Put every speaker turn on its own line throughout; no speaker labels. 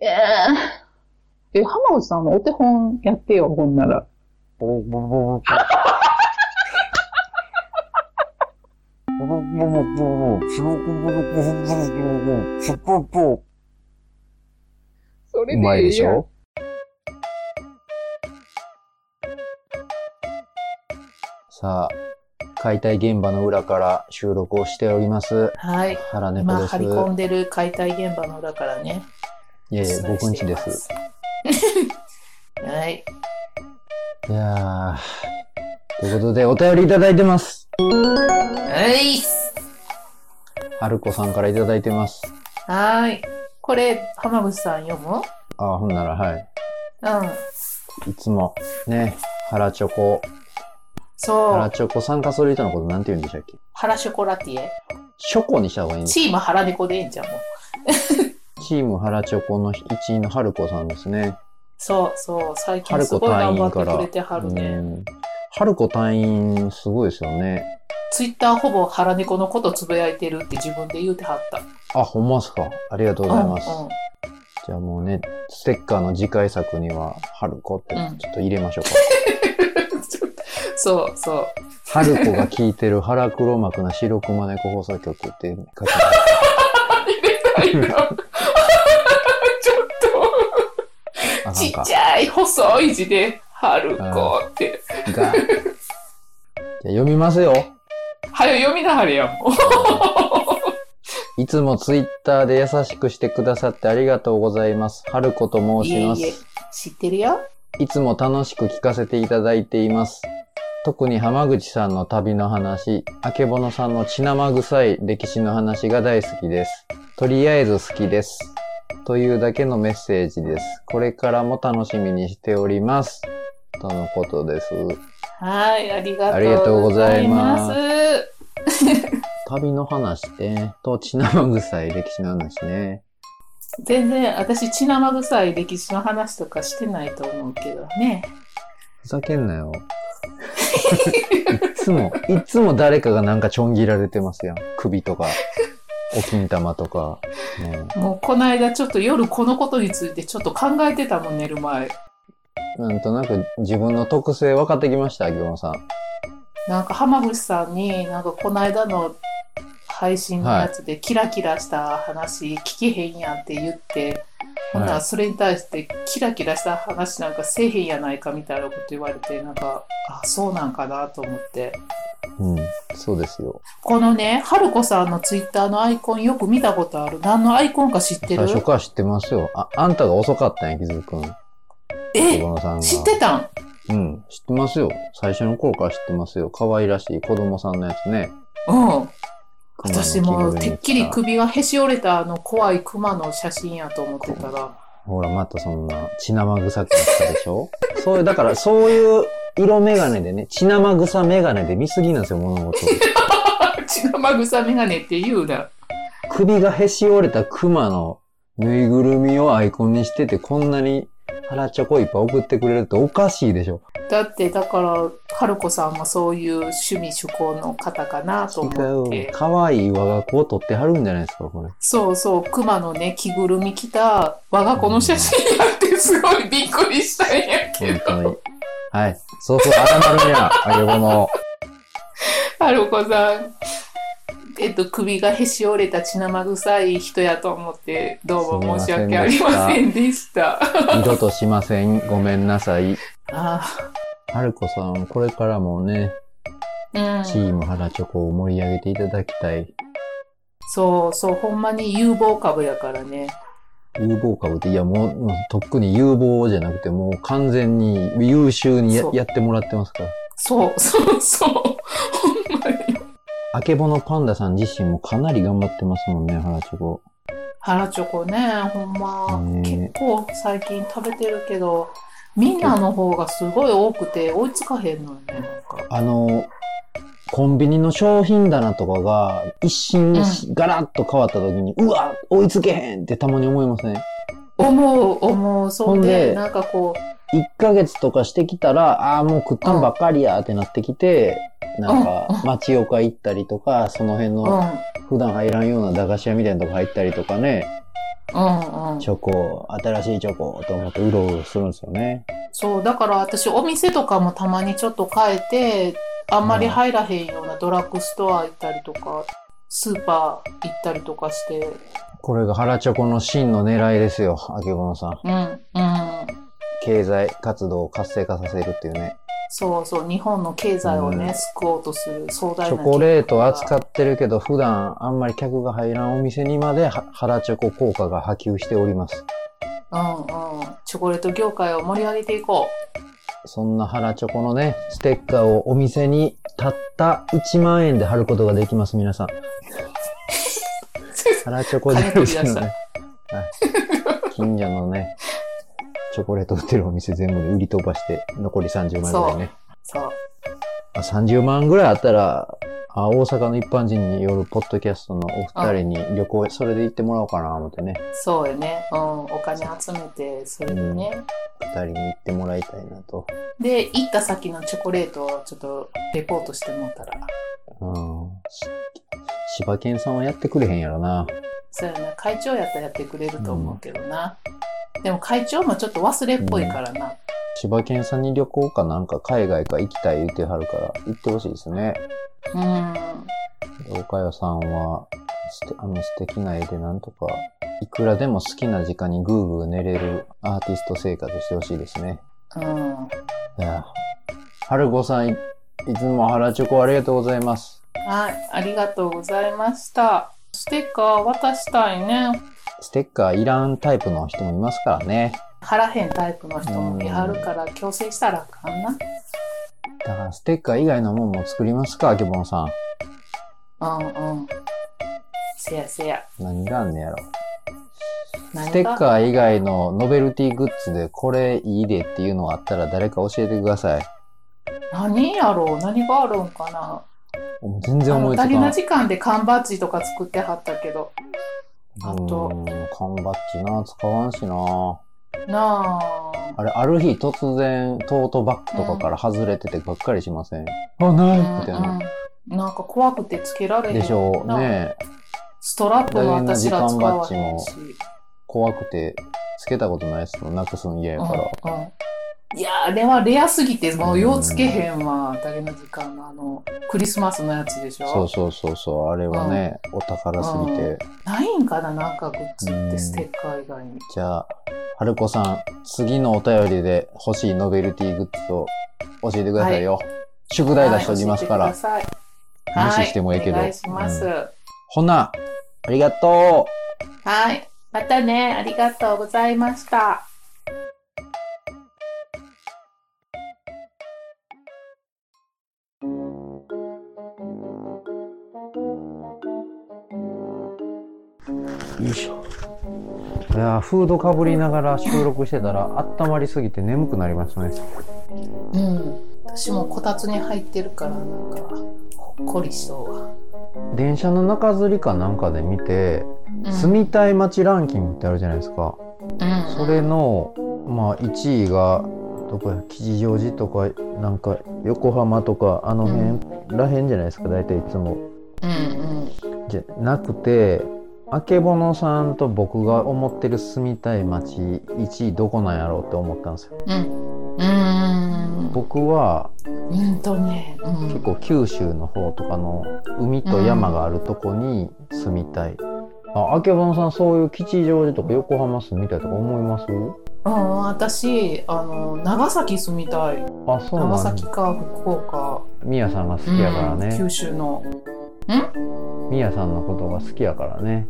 えええ、浜口さんのお手本やってよ、ほんなら。
ボボボボボ。ボボボボボボ。ボボボボボボボボボボボボボ。
それ
うまいでしょさあ、解体現場の裏から収録をしております。
はい。
原猫
今、
です
張。り込んでる解体現場の裏からね。
いやいや、
お伝え
僕ん
して
ち
い
で。。
ます はい。
いやー。ということで、お便りいただいてます。
はい。
春子さんからいただいてます。
はーい。これ、浜口さん読む
あ、ほんなら、はい。
うん。
いつも、ね、原チョコ、
そ
原
う。
チョコ参加する人のことなんて言うんでしたっけ
原ショコラティエ。
チョコにした方がいいんです
チーム原猫でいいんじゃん。もう
チーム原チョコの一員の春子さんですね。
そうそう。最近
春
す
子
ごい
隊
頑張
員
っ
か
て
ら。
くれてはる
う
ね。
ん春子隊員、すごいですよね。
ツイッターほぼ原猫のことつぶやいてるって自分で言うてはった。
あ、ほんまっすか。ありがとうございます。
うんうん
じゃあもうね、ステッカーの次回作には、春子って
うん
ちょっと入れましょうか。
そうそう。
春子が聴いてる腹黒幕な白熊猫放送局って書いてある
入れた いな。ちょっ
あ
と、
か
ち
んか
っちゃい細い字で、春子って。
が。じゃあ読みますよ。
はよ読みなはれやもん。
いつもツイッターで優しくしてくださってありがとうございます。春子と申します。
いえい知ってるよ。
いつも楽しく聞かせていただいています。特に浜口さんの旅の話、あけぼのさんの血生臭い歴史の話が大好きです。とりあえず好きです。というだけのメッセージです。これからも楽しみにしております。とのことです。
はい、あり
ありが
が
と
と
う
う
ご
ご
ざ
ざ
い
い
ま
ますす。
旅の話ね、と血生臭い歴史の話ね。
全然、私、血生臭い歴史の話とかしてないと思うけどね。
ふざけんなよ。いつも、いつも誰かがなんかちょん切られてますやん。首とか、お金玉とか。ね
もう、この間、ちょっと夜このことについてちょっと考えてたもん、寝る前。
なんとなく自分の特性分かってきました、ギョンさん。
なんか浜口さんになんかこの間の配信のやつでキラキラした話聞けへんやんって言って、ほんならそれに対してキラキラした話なんかせえへんやないかみたいなこと言われてなんかあそうなんかなと思って
うん、そうですよ。
このね春子さんのツイッターのアイコンよく見たことある何のアイコンか知って
最
る
初から知ってますよ。あ、あんたが遅かったんや、気づくん。小
え
野さんが。
知ってたん
うん、知ってますよ。最初の頃から知ってますよ。可愛らしい子供さんのやつね。
うん
熊の着
私
ぐるみ
もうてっきり
着た
首がへし折れたあの怖い熊の写真やと思ってたら
ほら、またそんな、血生臭くなったでしょそういう、だから、そういう色眼鏡でね、血生臭眼鏡で見すぎなんですよ、物事。
血生臭メガネって言うな
首がへし折れた熊のぬいぐるみをアイコンにしてて、こんなに腹チョコいっぱい送ってくれるっておかしいでしょ。
だってだから春子さんもそういう趣味趣向の方かなと思って
かわいい我が子を撮ってはるんじゃないですか、これ。
そうそう熊のね着ぐるみ着た我が子の写真やってすごいびっくりしたんやけ
本
ど
当に。はい。そうそう、頭のにゃ、あげ物。
春子さんえっと首がへし折れた血生臭い人やと思ってどうも申し訳ありませんでした
二度としません。ごめんなさい。
あ
春子さん、これからもね、
あ
チ
うん
ーム腹チョコを盛り上げていただきたい。
そうそうほんまに有望株やからね
有望株って、いやもう、もうとっくに有望じゃなくて、もう完全に優秀にや
そう
やってもらってますから。
そうそうそうほんまに
あけぼのパンダさん自身もかなり頑張ってますもんね、腹チョコ。
腹チョコね、ほんま、
ね
結
え
構最近食べてるけど、みんなの方がすごい多くて追いつかへんのよね、なんか。
あの、コンビニの商品棚とかが一瞬ガラッと変わった時に、うわ、追いつけへんってたまに思いますね。
思う、思う、そんで、
ほんで
なんかこ
1ヶ月とかしてきたら、ああー、もう食ったんばっかりやってなってきて、なんか町岡行ったりとか、その
う、
辺
うん
の、普段入らんような駄菓子屋みたいなとこ入ったりとかね、
うんうん。
チョコ、新しいチョコと思ってうろうろするんですよね。
そう、だから私、お店とかもたまにちょっと変えて、あんまり入らへんようなドラッグストア行ったりとか、スーパー行ったりとかして、
これが腹チョコの真の狙いですよ、あけぼのさん。
うん、うん。
経済活動を活性化させるっていうね。
そうそう、日本の経済をね、
うん
救おうとする壮
チ
大な
ョコレート
う。
扱ってるけど、普段あんまり客が入らんお店にまでは腹チョコ効果が波及しております。
うんうん。チョコレート業界を盛り上げていこ
そんな腹チョコのね、ステッカーをお店にたった1万円で貼ることができます、 皆さん。腹チョコでですよね。はい近所のね、チョコレート売ってるお店全部で売り飛ばして、残り30万円ぐらいね。
う。そう。
まあ30万ぐらいあったら、あ大阪の一般人によるポッドキャストのお二人に旅行、それで行ってもらおうかな、思ってね。
そうよね。うん。お金集めて、それでね。
二人に行ってもらいたいなと。
で、行った先のチョコレートをちょっとレポートしてもらったら。
うん。し柴犬さんはやってくれへんやろな。
そうやな。会長やったらやってくれると思うけどな。でも会長もちょっと忘れっぽいからな。
柴犬さんに旅行かなんか海外か行きたい言ってはるから、行ってほしいですね。
うん。
岡谷さんは、すてあの素敵な絵でなんとか、いくらでも好きな時間にグーグー寝れるアーティスト生活してほしいですね。
うん。
いやー、春子さん、いいつも原チョコありがとうございます。
はい。ありがとうございました。ステッカー渡したいね。
ステッカーいらんタイプの人もいますからね。
貼らへんタイプの人もいはるから、強制したらあかんな。
だからステッカー以外のもんも作りますか、あけぼのさん。
うんうん。せやせや。
何があんねやろ。
何が
ステッカー以外のノベルティグッズでこれいいでっていうのがあったら誰か教えてください。
何やろう何があるんかな
もう全
あ
然
の
思いつか
ダゲ
な。
ない時間で缶バッジとか作ってはったけど。あ
う
と、
ーん、缶バッジな、使わんしな。
なあ。
あれ、ある日突然トートバッグとかから外れててがっかりしません。あ、ないみたいな。
うんうん、なんか怖くてつけられへん
でしょう
な
ね。
ストラップも私ら使わ
ダゲ
へ
なん時
し
間。怖くて、つけたことないですもん、なくすの嫌やから。
うんうんいやーあれはレアすぎてもうようつけへんわ、ダゲの時間のあのクリスマスのやつでしょ
そうそうそうそう、あれはね、お宝すぎて。
ないんかななんかグッズってステッカー以外に。
じゃあ、はるこさん、次のお便りで欲しいノベルティグッズを教えてくださいよ。宿題出しておりますから、
はい教えてください
無視してもいいけど。
はお願いします。
うんほな、ありがとう
はい。またね、ありがとうございました。
よいしょいやーフードかぶりながら収録してたら温まりすぎて眠くなりましたね
うん。私もこたつに入ってるから、なんか、ほっこりしそうわ。
電車の中吊りかなんかで見て
うん
住みたい街ランキングってあるじゃないですか
うん
それのまあ1位がどこや吉祥寺とかなんか横浜とかあの辺らへんじゃないですか大体いつも
うん
じゃなくてあけぼのさんと僕が思ってる住みたい街1位どこなんやろうって思ったんですよ
うん。うん。うーん。
僕は
うんとね、うん。
結構九州の方とかの海と山があるとこに住みたい、ああけぼのさんそういう吉祥寺とか横浜住みたいとか思います
うん、私、あの、長崎住みたい。
あそう
長
なん
崎
だ
か福岡。
みやさんが好きやから
うん
ね
九州の。
みや、さんのことが好きやからね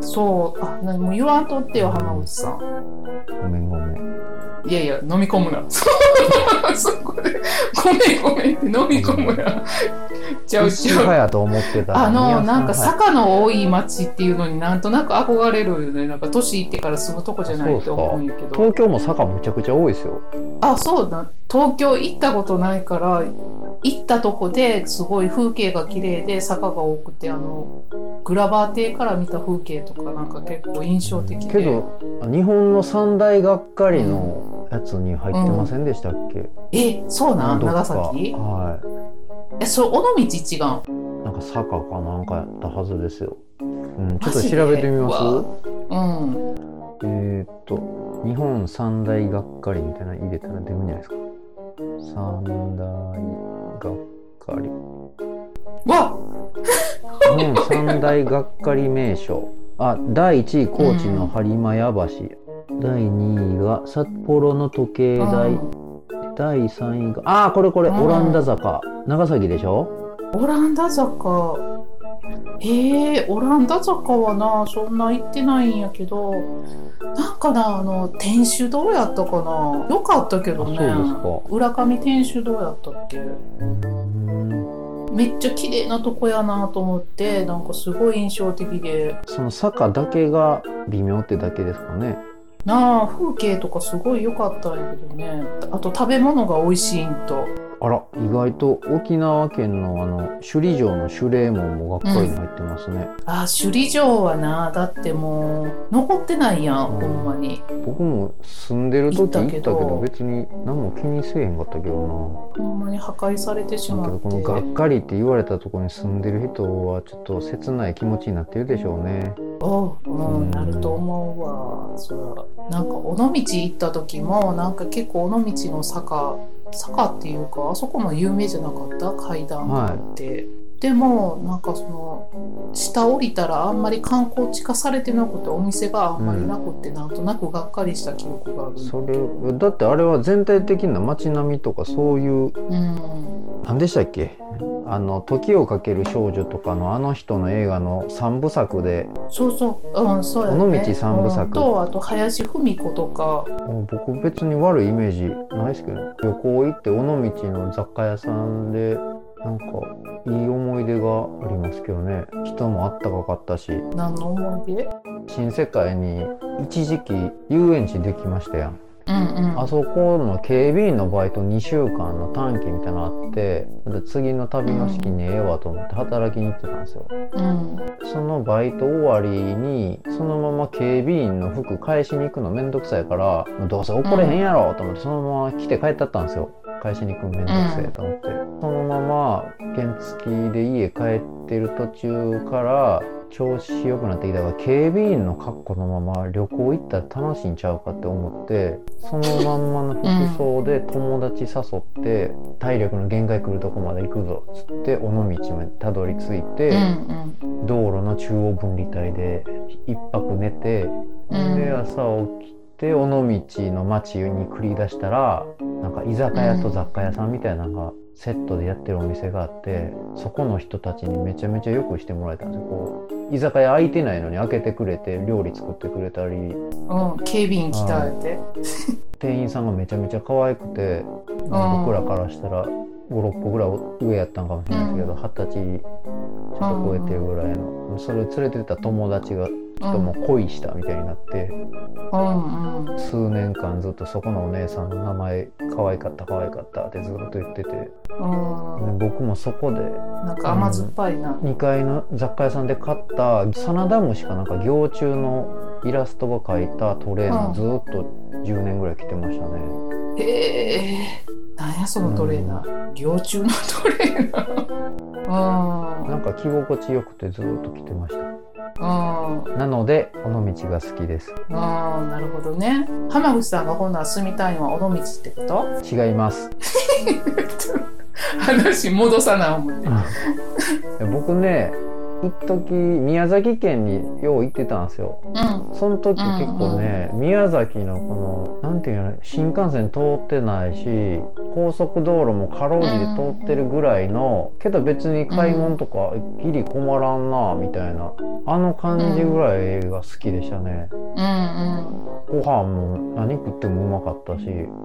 そう、あ、なもう言わんとってよ、浜口さん。
ごめんごめん
いやいや、飲み込む な。そこで、ごめんごめんって飲み込むな。ちゃう
一
ちゃ
派
う。
やと思ってたら
あの、
宮さ
なんか
派
坂の多い町っていうのになんとなく憧れるよね。なんか都市行ってから住むとこじゃないと思うんやけど。
東京も坂むちゃくちゃ多いですよ
あ、そうだ。東京行ったことないから、行ったとこですごい風景が綺麗で坂が多くて、あの、グラバー邸から見た風景とかなんか結構印象的で。
けど日本の三大がっかりのやつに入ってませんでしたっけ、
え、そうなん
どっか
長崎
はい
え、それ、尾道違うん
なんか坂かなんかやったはずですよ。うん、ちょっと
マジで
調べてみます
うわうん。
えー、っと、日本三大がっかりみたいなの入れたら出るんじゃないですか。三大がっかり。
わ
日本三大がっかり名所。あ、第1位、高知の播磨屋橋。第2位が札幌の時計台。
うん
第3位が、あー、これこれ、
うん
オランダ坂。長崎でしょ
オランダ坂。えー、オランダ坂はな、そんな行ってないんやけど、なんかな、あの、天主堂やったかな。よかったけどね。
あそうで
浦上天主堂やったっけ
うん
めっちゃ綺麗なとこやなと思って、なんかすごい印象的で、
その坂だけが微妙ってだけですかね。
なあ、風景とかすごい良かったんやけどね。あと食べ物が美味しいんと。
あら、意外と沖縄県のあの、首里城の守礼門もがっかりに入ってますね。
あ、首里城はな、だってもう、残ってないやん、
うん
ほんまに。
僕も住んでる時
行
行っ
ったた
け
け
ど
ど
別に何も気にせえへんかったけど
ほんまに破壊されてし
な。だ
ま
けど
って。
このがっかりって言われたところに住んでる人はちょっと切ない気持ちになってるでしょうね。
おう、うん、なると思うわ。そらなんか尾道行った時も、なんか結構尾道の坂、坂っていうか、あそこも有名じゃなかった階段があって。でも、なんかその、下降りたらあんまり観光地化されてなくて、お店があんまりなくって、なんとなくがっかりした記憶がある。
それだってあれは全体的な街並みとかそういう
うん。
何でしたっけあの「時をかける少女」とかのあの人の映画の3部作で
そうそう、うん、そうやね。
尾道三部作
うんと、あと林芙美子とか、
もう僕別に悪いイメージないですけど旅行行って尾道の雑貨屋さんでなんかいい思い出がありますけどね人もあったかかったし
何の思い出
新世界に一時期遊園地できましたやん
うんうん。
あそこの警備員のバイト2週間の短期みたいなのあってで次の旅の式にええわと思って働きに行ってたんですよ
うん。
そのバイト終わりにそのまま警備員の服返しに行くのめんどくさいからもうどうせ怒れへんやろと思ってそのまま来て帰ったったんですよ返しに行くのめんどくせえと思って、そのまま原付で家帰ってる途中から調子良くなってきたから警備員の格好のまま旅行行ったら楽しいんちゃうかって思ってそのまんまの服装で友達誘って、体力の限界来るとこまで行くぞっつって尾道までたどり着いて。
うん
道路の中央分離帯で一泊寝て、
うん
で朝起きて尾道の町に繰り出したらなんか居酒屋と雑貨屋さんみたいなのがセットでやってるお店があってそこの人たちにめちゃめちゃよくしてもらえたんですよこう居酒屋空いてないのに開けてくれて料理作ってくれた
う
り
ん。うん、警備員鍛えて。
店員さんがめちゃめちゃ可愛くて僕らからしたら56個ぐらい上やったんかもしれないですけど二十歳ちょっと超えてるぐらいのそれを連れてった友達が
うん
とも恋したみたいになって
うんうん。
数年間ずっとそこのお姉さんの名前可愛かった可愛かったってずっと言っててで
うん。
僕もそこで
なんか甘酸っぱいな。
2階の雑貨屋さんで買った真田虫かなんか行虫のイラストが描いたトレーナーずっと10年ぐらい着てましたね
へえ。なんやそのトレーナー。行虫のトレーナー。うん。う。
なんんか着心地よくてずっと着てましたなので尾道が好きです
うん。なるほどね。浜口さんがほんなら住みたいのは尾道ってこと
違います
話戻さな思って。
いや僕ね一時宮崎県によう行ってたんですよ
うん。
その時結構ね、宮崎のこの、なんていうの、新幹線通ってないし、高速道路もかろうじて通ってるぐらいの、けど別に買い物とかギリ困らんな、みたいな、あの感じぐらいが好きでしたね。
うん
ご飯も何食ってもうまかったし、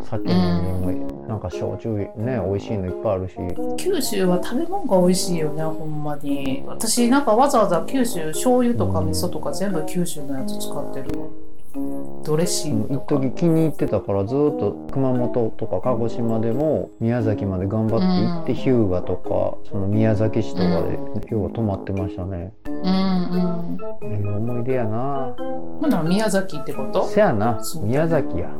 酒飲みも、なんか焼酎ね、美味しいのいっぱいあるし、
うん。九州は食べ物が美味しいよね、ほんまに。私なんかわざわざ九州、醤油とか味噌とか全部九州のやつ使ってるの。ドレッシング
一
とか。
時気に入ってたからずーっと熊本とか鹿児島でも宮崎まで頑張って行って
うん
日向とかその宮崎市とかで今日泊まってましたね、
うんうん。
ええ思い出やな
ほな宮崎ってこと
せやな
そう
宮崎や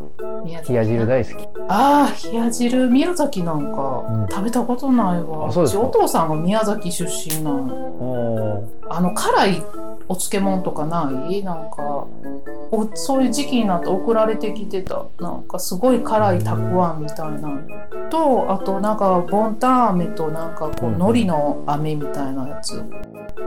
宮崎
冷や汁大好き
ああ冷や汁宮崎なんか、
うん
食べたことないわ
あそうですか
ちお父さんが宮崎出身なの
おー
あの辛いお漬物とかないなんかおそういう時期になって送られてきてたなんかすごい辛いたくあんみたいなのとあとなんかボンタン飴となんかこう
うん
海苔の飴みたいなやつ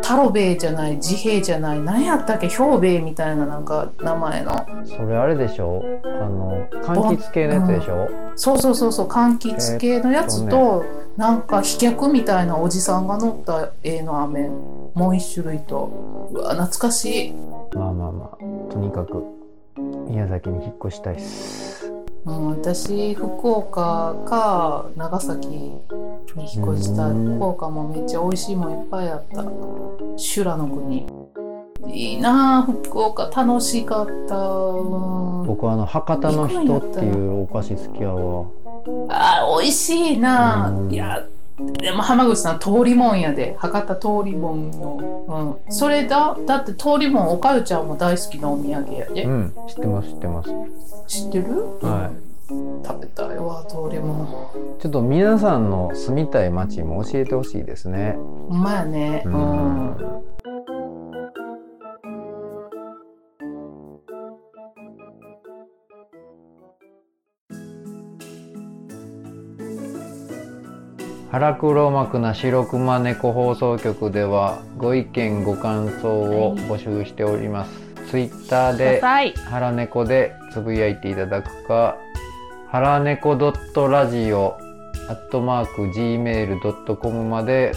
タロベイじゃないジヘイじゃない何やったっけヒョウベイみたいななんか名前の
それあれでしょあの柑橘系のやつでしょ
そうそうそうそう柑橘系のやつ
えーっ
と、なんか飛脚みたいなおじさんが乗った絵の飴もう一種類とうわ懐かしい、
まあまあまあとにかく宮崎に引っ越したいっす
うん、私福岡か長崎に引っ越した
うん
福岡もめっちゃ美味しいもんいっぱいあった修羅の国いいなあ福岡楽しかったわ
僕はあの博多の人っていうお菓子好きやわ
あー美味しいなあ
うん
いやでも浜口さん通りもんやで博多通りもんの、うん、それだだって通りもんおかゆちゃんも大好きなお土産やで、
うん知ってます知ってます
知ってる、
は
食べたいわ通りも
ちょっと皆さんの住みたい街も教えてほしいですね
んほんまやねうん
腹黒幕な白熊猫放送局ではご意見ご感想を募集しております。ツイッター
くだ
で
さい。
腹猫でつぶやいていただくか、腹猫ドットラジオアットマーク gmail ドットコムまで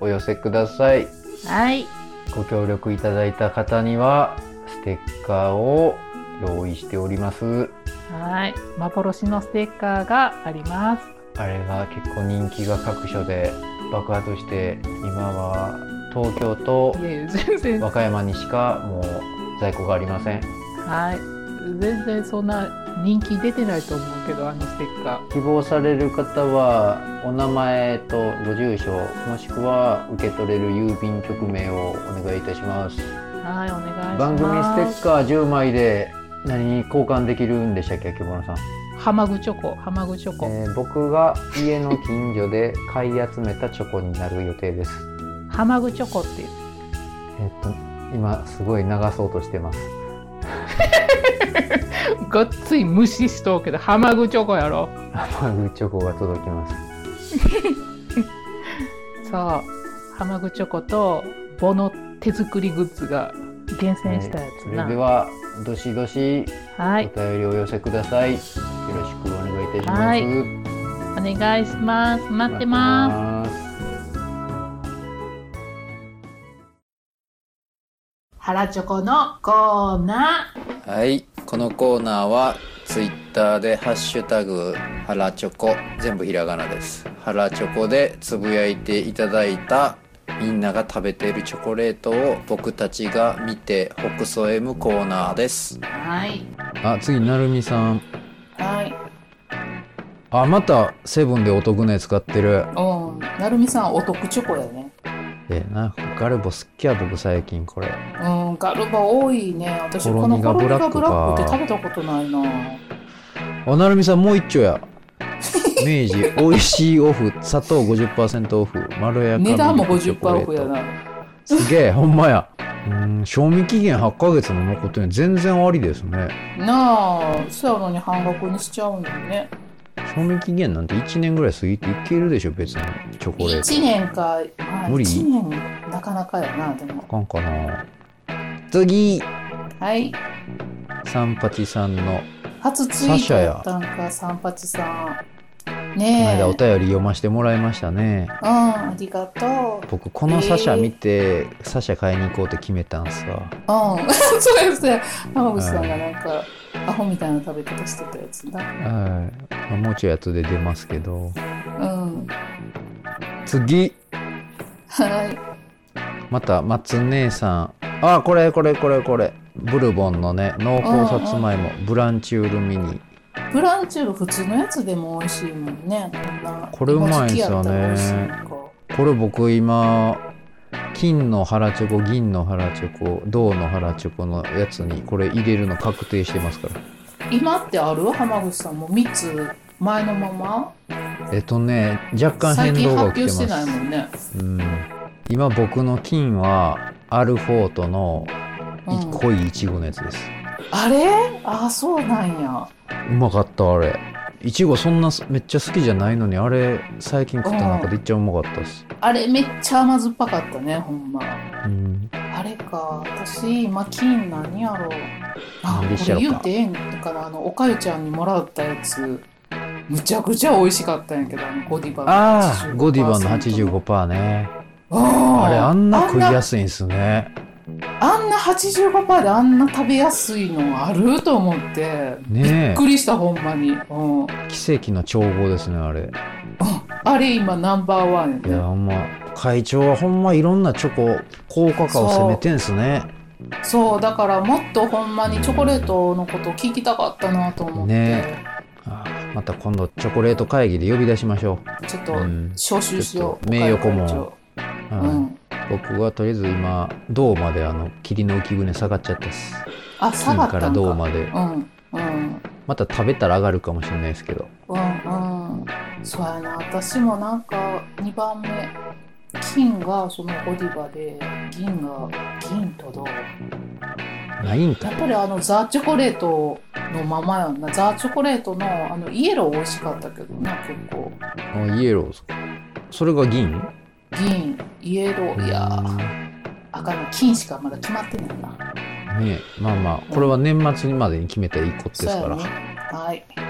お寄せください。
はい。
ご協力いただいた方にはステッカーを用意しております。
はい。幻のステッカーがあります。
あれが結構人気が各所で爆発して今は東京と
いやいや全然、
和歌山にしかもう在庫がありません
はい。全然そんな人気出てないと思うけど、あのステッカ
希望される方はお名前とご住所もしくは受け取れる郵便局名をお願いいたします
ー。はい、お願いします。
番組ステッカー10枚で何に交換できるんでしたっけ、けぼのさん、
ハマグチョコ、ハマグチョコ。
えー僕が家の近所で買い集めたチョコになる予定です。
ハマグチョコっていう。
えっと、今すごい流そうとしてます。
ごっつい無視しとうけど、ハマグチョコやろ。
ハマグチョコが届きます。
そう。ハマグチョコと、ボの手作りグッズが厳選したやつ
それ
な。
では、どしどしお
はい。
便りを寄せください。よろしくお願いいたします。
はいお願いします。待ってます。
ます。
原チョコのコーナー
はい、このコーナーはツイッターでハッシュタグハラチョコ全部ひらがなです。ハラチョコでつぶやいていただいたみんなが食べているチョコレートを僕たちが見てほくそ笑むコーナーです。
はい
あ、次なるみさん。
はい
あ、またセブンでお得なやつ買ってる。
うんなるみさんお得チョコやね
ええなガルボ好きや僕最近これ
うんガルバ多いね私
ほろ
こ
苦
のコロニが
ブ
ブ
ラ
ラ
ッ
ッ
ク
ク
か
って食べたことないな
あなるみさんもう一 丁や明治おいしいオフ砂糖50%オフまろやか
値段も
ミルクチョコレ
50%
ー
オ
ト
フやな
すげえほんまやうーん賞味期限8ヶ月も残ってる全然ありですね
なあそやのに半額にしちゃうんだよね
賞味期限なんて1年ぐらい過ぎていけるでしょ別にチョコレート
1年か、まあ、
無理
1年なかなかやなでも
あかんかな次
はい
三八さんの
初ツイートやったんか三八さん
この
ねえ
間お便り読ませてもらいましたね
うんありがとう
僕このサシャ見て、サシャ買いに行こうって決めたんすわ
うん そうやそうや浜口さんがなんかアホみたいな食べ方してたやつだ
はい、まあもうちょい後で出ますけど
うん
次
はい
また松姉さんあこれこれこれこれブルボンのね濃厚さつまいもブランチュールミニ
ブランチュール普通のやつでも美味しいもんねこんな
これうまいん
今時
すよね
期やったら美味しいのか
これ僕今金の腹チョコ銀の腹チョコ銅の腹チョコのやつにこれ入れるの確定してますから
今ってある浜口さんも3つ前のまま
えっとね若干
最
変
近
動
発
が起
表
き
してて
ま
ない
す
もんね
うん今僕の金はアルフォートの
う
い
ん
濃いいちごのやつです。
あれあ、そうなんや。
うまかった、あれ。いちごそんなめっちゃ好きじゃないのに、あれ最近食った中でいっちゃうまかったです。
あれめっちゃ甘酸っぱかったね、ほんま。
うん。
あれか、私、今、金何やろう。あ、
何でし
こ
ょう
れ
か
言うてええんから、あの、おかゆちゃんにもらったやつ、むちゃくちゃ美味しかったんやけど、あの、ゴディバの
ああ、
85%
ゴディバの85%ね。
あ
あれ、あんな食いや
す
すいんすね。
あんな85%であんな食べやすいのあると思って、びっ
ね
くりした、ほんまに。うん。
え。奇跡の調合ですね、あれ。
あれ、今、ナンバーワン
い
や
や、
ね。
ほんま、会長はほんまいろんなチョコ、高カカオ攻めてんすね。
そう、だから、もっとほんまにチョコレートのこと聞きたかったなと思って、
ねああまた今度、チョコレート会議で呼び出しましょ
ちょっ
う。
と、
うん。
招集しよ
ちょっと
う。
名誉顧問
岡井会長
は
う
い
ん。
僕はとりあえず今、銅まであの、霧の浮き舟下がっちゃったっす。
あ、下がっ
金か
た
ら
んか。
銅まで。
うん。うん。
また食べたら上がるかもしれないですけど。
うんうん。そうやな。私もなんか、2番目。金がそのゴディバで、銀が銀と銅。
ないんか
やっぱりあのザ・チョコレートのままやんなザ・チョコレートのあのイエロー美味しかったけどな結構
あイエローっすか。それが銀
銀イエローいやー赤の金しかまだ決まってないな
ねえまあまあこれは年末にまでに決めた一個です
そう
か
や
ら、
ねはい